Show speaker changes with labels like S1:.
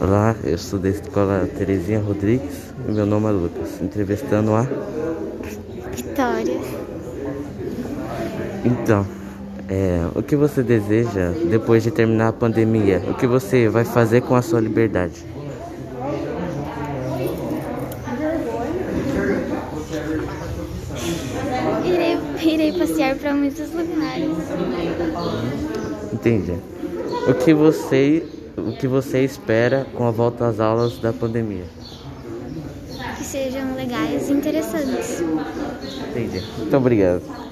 S1: Olá, eu sou da escola Terezinha Rodrigues, e meu nome é Lucas, entrevistando a.
S2: Vitória.
S1: Então, é, o que você deseja depois de terminar a pandemia? O que você vai fazer com a sua liberdade?
S2: Irei, irei passear para muitos lugares.
S1: Entendi. O que você, o que você espera com a volta às aulas da pandemia?
S2: Que sejam legais e interessantes.
S1: Entendi. Muito obrigado.